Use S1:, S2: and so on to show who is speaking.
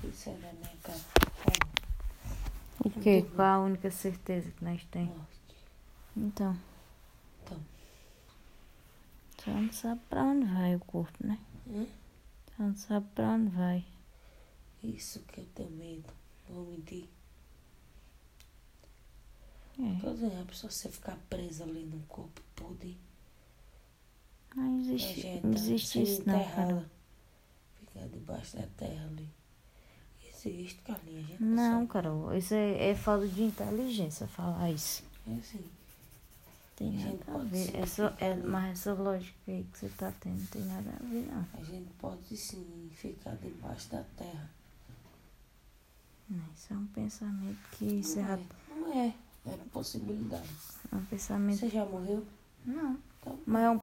S1: sinceramente, é cara.
S2: O quê?
S1: Muito bom.
S2: Qual a única certeza que nós temos?
S1: Morte.
S2: Então.
S1: Então.
S2: Só não sabe pra onde vai o corpo, né?
S1: Hum?
S2: Só não sabe pra onde vai.
S1: Isso que eu tenho medo. Vou mentir.
S2: É.
S1: Quer dizer, é, a pessoa você ficar presa ali no corpo podre. tá
S2: Não
S1: É,
S2: existe, não existe isso não, cara.
S1: né? Ficar debaixo da terra ali. Existe, Carlinha. A gente
S2: Não,
S1: sabe.
S2: Carol. Isso é, é falta de inteligência falar isso.
S1: É assim.
S2: Tem
S1: Gente,
S2: nada a
S1: pode
S2: ver.
S1: ser
S2: É só,
S1: que
S2: é,
S1: fale.
S2: mas essa lógica aí que você tá tendo não tem nada a ver, não.
S1: A gente pode sim ficar debaixo da terra.
S2: Não, Isso é um pensamento que isso é,
S1: não,
S2: ra-
S1: é. não é. É possibilidade.
S2: é um pensamento.
S1: Você já morreu?
S2: Não.
S1: Então-
S2: Mas é um